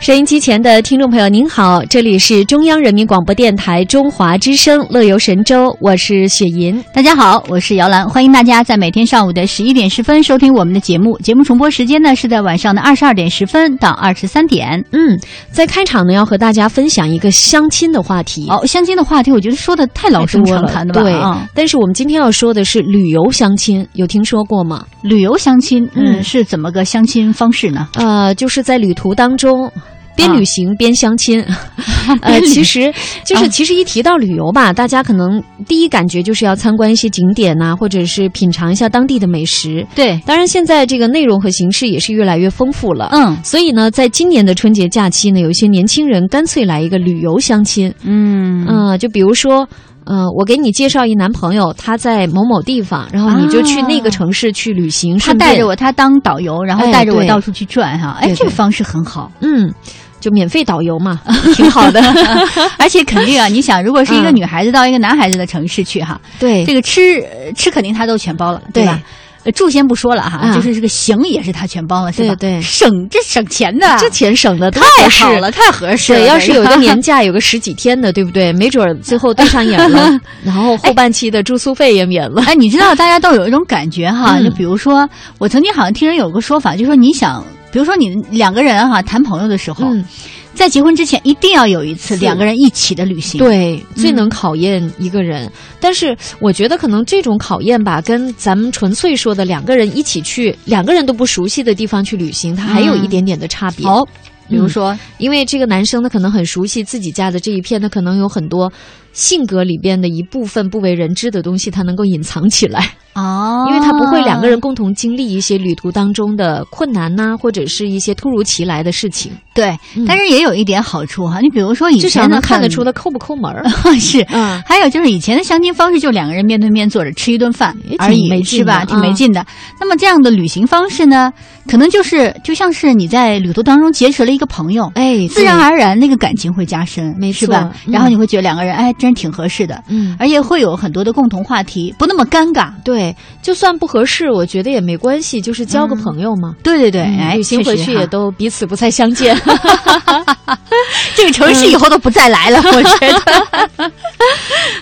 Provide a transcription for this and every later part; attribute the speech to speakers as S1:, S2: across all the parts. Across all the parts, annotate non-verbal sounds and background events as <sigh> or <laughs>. S1: 收音机前的听众朋友，您好，这里是中央人民广播电台中华之声《乐游神州》，我是雪莹。
S2: 大家好，我是姚兰，欢迎大家在每天上午的十一点十分收听我们的节目。节目重播时间呢是在晚上的二十二点十分到二十三点。
S1: 嗯，在开场呢，要和大家分享一个相亲的话题。
S2: 哦，相亲的话题，我觉得说的太老生常谈的吧？
S1: 对、
S2: 啊
S1: 但是我们今天要说的是旅游相亲，有听说过吗？
S2: 旅游相亲，嗯，
S1: 嗯
S2: 是怎么个相亲方式呢？
S1: 呃，就是在旅途当中。边
S2: 啊
S1: 旅行边相亲，
S2: <laughs>
S1: 呃，
S2: 边旅
S1: 其实就是
S2: 啊
S1: 其实一提到旅游吧，大家可能第一感觉就是要参观一些景点呐、或者是品尝一下当地的美食。
S2: 对，
S1: 当然，现在这个内容和形式也是越来越丰富了。
S2: 嗯
S1: 所以呢，在今年的春节假期呢，有一些年轻人干脆来一个旅游相亲，
S2: 嗯
S1: 嗯、就比如说，呃，我给你介绍一男朋友，他在某某地方，然后你就去那个城市去旅行，
S2: 啊他
S1: 顺便
S2: 带着我，他当导游，然后
S1: 哎
S2: 带着我
S1: 对
S2: 到处去转哈。哎，
S1: 对
S2: 这个
S1: 对
S2: 方式很好，
S1: 嗯，就免费导游
S2: <laughs>
S1: 嘛，挺好的。
S2: 而且肯
S1: <laughs>
S2: 定啊，你想，如果是一个
S1: 嗯
S2: 女孩子到一个男孩子的城市去哈，
S1: 啊对
S2: 这个吃呃吃肯定他都全包了，
S1: 对
S2: 吧？呃住先不说了哈，
S1: 啊
S2: 就是这个行也是他全包了，是吧？
S1: 对对
S2: 省这省钱的，
S1: 这钱省的
S2: 太
S1: 是
S2: 好了，。太合适了。
S1: 对，要是
S2: <laughs>
S1: 有一
S2: 这
S1: 个年假，有个十几天的，对不对？没准儿最后对上眼了，然后后半期的住宿费也免
S2: <laughs>
S1: <laughs> 了。
S2: 哎，你知道大家都有一种感觉哈，
S1: 嗯
S2: 就比如说，我曾经好像听人有个说法，就说你想，比如说你两个人哈谈朋友的时候，
S1: 嗯，
S2: 在结婚之前一定要有一次
S1: 是
S2: 两个人一起的旅行。，
S1: 对，最能考验一个人。但是我觉得可能这种考验吧，跟咱们纯粹说的两个人一起去两个人都不熟悉的地方去旅行，它还有一点点的差别。
S2: 好，比如说，
S1: 因为这个男生他可能很熟悉自己家的这一片，他可能有很多性格里边的一部分不为人知的东西，他能够隐藏起来，
S2: 哦，
S1: 因为他不会两个人共同经历一些旅途当中的困难呐、或者是一些突如其来的事情，
S2: 对
S1: 嗯，
S2: 但是也有一点好处哈，你比如说以
S1: 至少
S2: 前
S1: 能
S2: 呢
S1: 看得出他抠不抠门
S2: <laughs>
S1: 儿。 <laughs>
S2: 他啊是
S1: 嗯，
S2: 还有就是以前的相亲方式，就两个人面对面坐着吃一顿饭
S1: 也挺
S2: 而已，
S1: 没劲
S2: 是
S1: 的
S2: 吧？
S1: 嗯
S2: 挺没劲的。那么这样的旅行方式呢，可能就是就像是你在旅途当中结识了一个朋友，
S1: 哎，
S2: 自然
S1: 对，
S2: 而然那个感情会加深，
S1: 没
S2: 是吧？
S1: 错嗯
S2: 然后你会觉得两个人哎，真挺合适的，
S1: 嗯。
S2: 而且会有很多的共同话题，不那么尴尬。
S1: 对，就算不合适，我觉得也没关系，就是交个朋友嘛。
S2: 对对嗯对，
S1: 嗯
S2: 哎，
S1: 旅行
S2: 确
S1: 回
S2: 实
S1: 去
S2: 哈
S1: 也都彼此不再相
S2: <laughs>
S1: 见。
S2: 这个城市以后都不再来了，我觉得。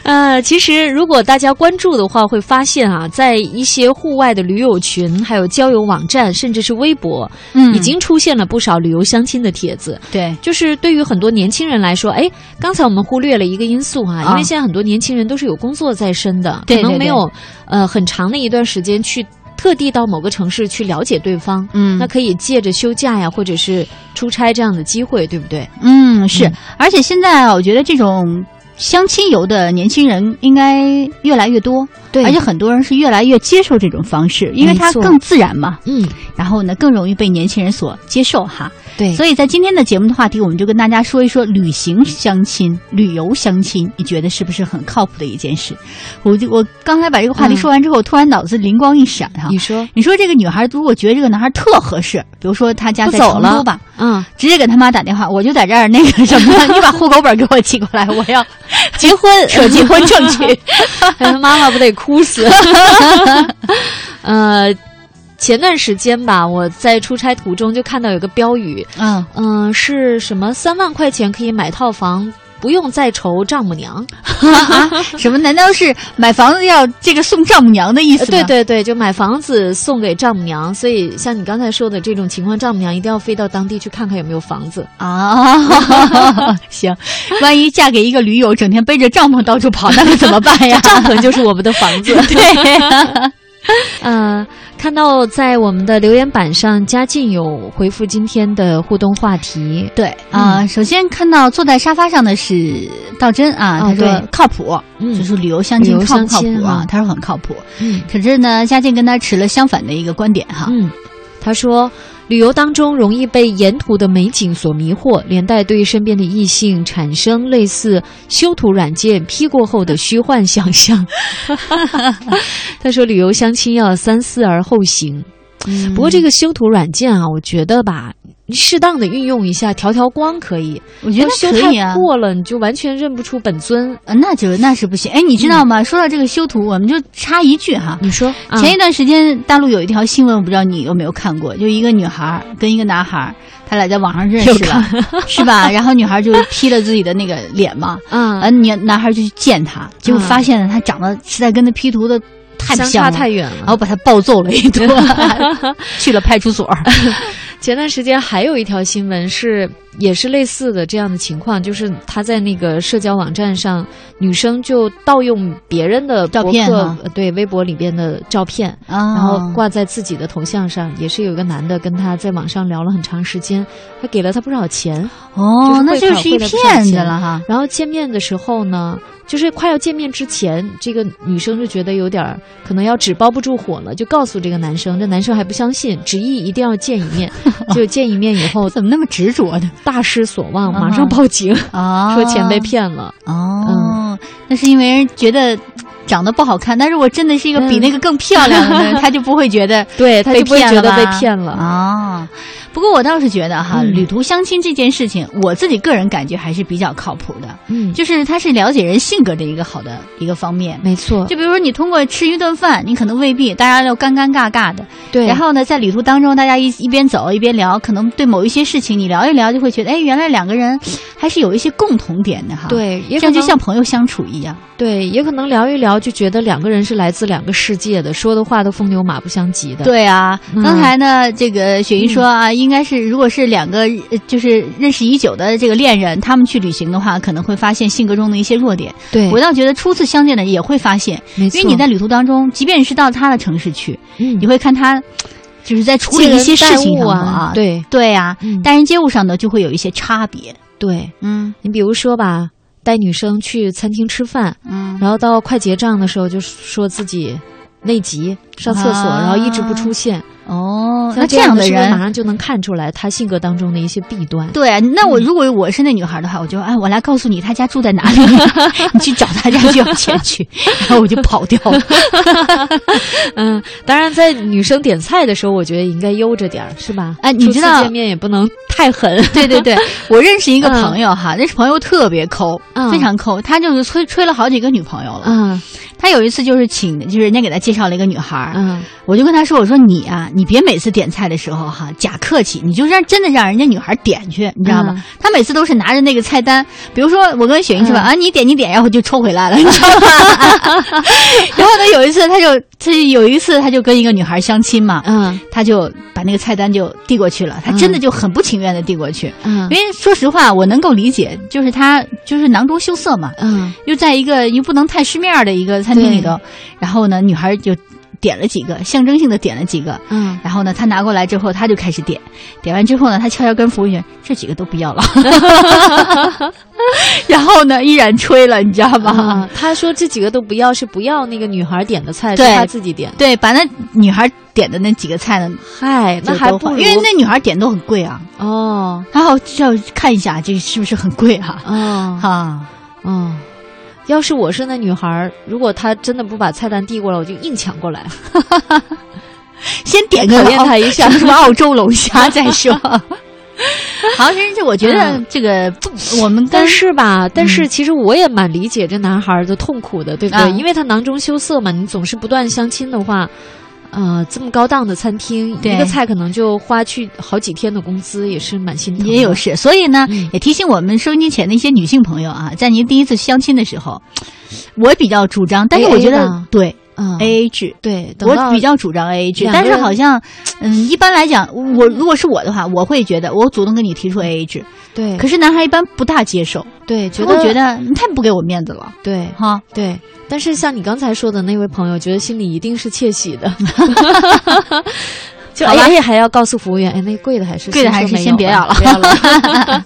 S1: 呃，其实如果大家关注的话，会发现啊，在一些户外的驴友群、还有交友网站，甚至是微博，
S2: 嗯
S1: 已经出现了不少旅游相亲的帖子。
S2: 对，
S1: 就是 <laughs> 对于很多年轻人来说，哎，刚才我们忽略了一个因素啊，
S2: 啊
S1: 因为现在很多年轻人都是有工作在身的，
S2: 对对
S1: 可能没
S2: 对
S1: 有呃很长的一段时间去特地到某个城市去了解对方。
S2: 嗯
S1: 那可以借着休假呀，或者是出差这样的机会，对不对？
S2: 嗯，是，
S1: 嗯
S2: 而且现在啊，我觉得这种相亲游的年轻人应该越来越多，
S1: 对
S2: 而且很多人是越来越接受这种方式，因为它
S1: 没错
S2: 更自然嘛，
S1: 嗯，
S2: 然后呢，更容易被年轻人所接受哈。
S1: 对
S2: 所以在今天的节目的话题，我们就跟大家说一说旅行相亲、旅游相亲，你觉得是不是很靠谱的一件事？我就我刚才把这个话题
S1: 嗯
S2: 说完之后，我突然脑子灵光一闪哈
S1: 你。说，
S2: 你说这个女孩如果觉得这个男孩特合适，比如说他家
S1: 不
S2: 在
S1: 走
S2: 成
S1: 了
S2: 都吧，
S1: <laughs> 嗯，
S2: 直接给他妈打电话，我就在这儿那个什
S1: <laughs>
S2: 么，你把户口本给我寄过来，我要
S1: 结婚，
S2: 有结婚证据。
S1: 哎，他妈妈不得哭死。 <laughs> 呃，前段时间吧，我在出差途中就看到有个标语，
S2: 嗯，
S1: <laughs> 嗯、是什么三万块钱可以买套房，不用再愁丈母娘。
S2: 什么？难道是买房子要这个送丈母娘的意思
S1: 呃
S2: 吗？
S1: 对对对，就买房子送给丈母娘。所以像你刚才说的这种情况，丈母娘一定要飞到当地去看看有没有房 <laughs> 子。
S2: 啊， <laughs> 行，万一嫁给一个驴友，整天背着帐篷到处跑，那可怎么
S1: <laughs>
S2: 办呀？
S1: 帐篷就是我们的房 <laughs> 子。
S2: 对，
S1: 呃，看到在我们的留言板上，嘉靖有回复今天的互动话题。
S2: 对
S1: 嗯
S2: 啊、首先看到坐在沙发上的是道真啊，
S1: 哦
S2: 他说
S1: 对
S2: 靠谱，
S1: 嗯
S2: 就是旅游相亲
S1: 旅游
S2: 靠
S1: 相
S2: 不靠
S1: 亲
S2: 谱
S1: 啊
S2: 啊？他说很靠谱，
S1: 嗯。
S2: 可是呢，嘉靖跟他持了相反的一个观点哈。
S1: 嗯，他说，旅游当中容易被沿途的美景所迷惑，连带对身边的异性产生类似修图软件 P 过后的虚幻想象。 <laughs> 他说，旅游
S2: 嗯
S1: 嗯相亲要三思而后行。不过这个修图软件啊，我觉得吧，适当的运用一下，调调光可以。
S2: 我觉得
S1: 修
S2: 可以啊
S1: 太。过了，你就完全认不出本尊。
S2: 呃那就那是不行。哎，你知道吗？说到这个修图，我们就插一句哈。
S1: 嗯你说，啊
S2: 前一段时间，大陆有一条新闻，我不知道你有没有看过，就一个女孩儿跟一个男孩儿，他俩在网上认识了，是
S1: <laughs>
S2: 吧？然后女孩儿就 P 了自己的那个脸嘛，
S1: 嗯，
S2: 呃，男男孩儿就去见她，结果
S1: 嗯
S2: 发现呢，他长得实在跟那 P 图的太不
S1: 相
S2: 像
S1: 差
S2: 了，
S1: 太远
S2: 然
S1: 了
S2: 后。把他暴揍了一顿， <laughs>
S1: <laughs>
S2: 去了派出所。
S1: 前段时间还有一条新闻是，也是类似的这样的情况，就是她在那个社交网站上，女生就盗用别人的
S2: 照
S1: 博
S2: 片
S1: 客
S2: 哈哦
S1: 呃对微博里边的照片，
S2: 然
S1: 然后挂在自己的头像上。也是有一个男的跟她在网上聊了很长时间，还给了她不少钱。
S2: 哦，那
S1: 就是汇
S2: 就
S1: 款
S2: 是一
S1: 汇得不上
S2: 骗子
S1: 钱
S2: 了哈。
S1: 然后见面的时候呢，就是快要见面之前，这个女生就觉得有点儿可能要纸包不住火了，就告诉这个男生，这男生还不相信，执意一定要见一
S2: <laughs>
S1: 面。就见一面以后，
S2: 怎么那么执着呢？
S1: 大失所望，
S2: 啊
S1: 马上报警，
S2: 啊，
S1: 说钱被骗了。
S2: 哦，那是因为人觉得长得不好看，但是我真的是一个
S1: 嗯
S2: 比那个更漂亮的
S1: <laughs>
S2: 呢，他就不会觉得
S1: 对他就不会觉得被
S2: 吧
S1: 骗了。
S2: 啊。不过我倒是觉得哈，
S1: 嗯
S2: 旅途相亲这件事情，我自己个人感觉还是比较靠谱的，
S1: 嗯，
S2: 就是它是了解人性格的一个好的一个方面。
S1: 没错，
S2: 就比如说，你通过吃一顿饭，你可能未必大家都尴尴尬尬的，
S1: 对。
S2: 然后呢，在旅途当中，大家一一边走一边聊，可能对某一些事情你聊一聊，就会觉得，哎，原来两个人还是有一些共同点的哈。，
S1: 对，也
S2: 这
S1: 可能
S2: 样就像朋友相处一样。
S1: 对，也可能聊一聊，就觉得两个人是来自两个世界的，说的话都风牛马不相及的。，
S2: 对啊，
S1: 嗯
S2: 刚才呢，这个雪姨说啊，应该是如果是两个呃就是认识已久的这个恋人，他们去旅行的话，可能会发现性格中的一些弱点。
S1: 对，
S2: 我倒觉得初次相见的人也会发现，
S1: 没
S2: 因
S1: 错，
S2: 为你在旅途当中，即便是到他的城市去，
S1: 嗯
S2: 你会看他就是在处理
S1: 接
S2: 一些
S1: 人待
S2: 事情
S1: 物
S2: 上头
S1: 啊，对，
S2: 对啊，
S1: 嗯
S2: 待人接物上呢就会有一些差别。
S1: 对。
S2: 嗯
S1: 你比如说吧，带女生去餐厅吃饭，
S2: 嗯，
S1: 然后到快结账的时候就说自己内急上厕所，
S2: 啊
S1: 然后一直不出现。
S2: 哦，
S1: 像
S2: 那这
S1: 嗯样
S2: 样的
S1: 是不是马
S2: 人。
S1: 上就能看出来他性格当中的一些弊端。 <laughs>
S2: 对啊，那我如果我是那女孩的话，我就哎，我来告诉你他家住在 <laughs> 哪里，你去找他家就要钱去，然后我就跑掉了。
S1: 嗯，当然，在女生点菜的时候，我觉得应该悠着点儿，是吧？
S2: 哎你
S1: 初
S2: 知
S1: 次
S2: 道
S1: 见面也不能
S2: <laughs>
S1: 太狠。
S2: 对 <laughs> 对嗯对，我认识一个朋友哈，那、是朋友特别抠，
S1: 嗯
S2: 非常抠，他就是吹吹了好几个女朋友了。
S1: <laughs> 啊
S2: 他有一次就是请，就是人家给他介绍了一个女孩儿，
S1: 啊，
S2: 我就跟他说，我说你啊，你别每次点菜的时候哈假客气，你就让真的让人家女孩点去，你知道吗？
S1: 嗯
S2: 他每次都是拿着那个菜单，比如说我跟雪莹吃饭、
S1: 嗯
S2: 啊，你点你点，然后就抽
S1: <laughs>
S2: 回来了，你知道吗？ <laughs> 然后呢，有一次他就他有一次他就跟一个女孩相亲嘛，
S1: 嗯
S2: 他就把那个菜单就递过去了，他真的就很不情愿的递过去。
S1: 嗯
S2: 因为说实话，我能够理解，就是他就是囊中羞涩嘛，
S1: 嗯，
S2: 又在一个又不能太失面儿的一个餐厅里头，然后呢，女孩就点了几个，象征性的点了几个，
S1: 嗯，
S2: 然后呢，他拿过来之后，他就开始点，点完之后呢，他悄悄跟服务员这几个都不要
S1: <laughs>
S2: 了，然后呢，依然吹了，你知道吗？
S1: 啊，他说这几个都不要，是不要那个女孩点的菜，是
S2: 对
S1: 他自己点。
S2: 对，把那女孩点的那几个菜呢，
S1: 嗨，那
S2: 就
S1: 还
S2: 都
S1: 不
S2: 换
S1: 如
S2: 因为那女孩点都很贵啊，
S1: 哦
S2: 然后就要看一下这是不是很贵啊？
S1: 哦，
S2: 啊，
S1: 哦，要是我是那女孩儿，如果她真的不把菜单递过来，我就硬抢过
S2: <laughs>
S1: 来。
S2: 先点个
S1: 考验他一下
S2: 什么什么澳洲龙虾再说。 <laughs> 好，真是我觉得
S1: 嗯
S2: 这个不我们跟
S1: 但是吧，
S2: 嗯
S1: 但是其实我也蛮理解这男孩儿的痛苦的，对不对？
S2: 啊
S1: 因为他囊中羞涩嘛，你总是不断相亲的话。呃，这么高档的餐厅，
S2: 对
S1: 一个菜可能就花去好几天的工资，也是蛮心疼的。
S2: 也有是，所以呢，
S1: 嗯
S2: 也提醒我们收音机前的一些女性朋友啊，在您第一次相亲的时候，我比较主张，但是我觉
S1: AA
S2: 得
S1: 吧
S2: 对
S1: 嗯，
S2: A A 制。
S1: 对，等
S2: 哎我
S1: 到
S2: 比较主张 A A 制，
S1: 两
S2: 但
S1: 个
S2: 是
S1: 人
S2: 好像，嗯，一般来讲，我如果是我的话，我会觉得我主动跟你提出 A A 制，
S1: 对，
S2: 可是男孩一般不大接受，
S1: 对，觉
S2: 他会
S1: 得
S2: 觉得嗯你太不给我面子了，
S1: 对
S2: 哈。
S1: 对，但是像你刚才说的那位朋友，觉得心里一定是窃喜
S2: <laughs>
S1: 的，就
S2: 好
S1: 哎呀
S2: 吧
S1: 哎呀还要告诉服务员，哎，那贵的还是
S2: 贵的还
S1: 先
S2: 是
S1: 说没
S2: 先
S1: 有
S2: 别
S1: 吧
S2: 要了
S1: 不要了。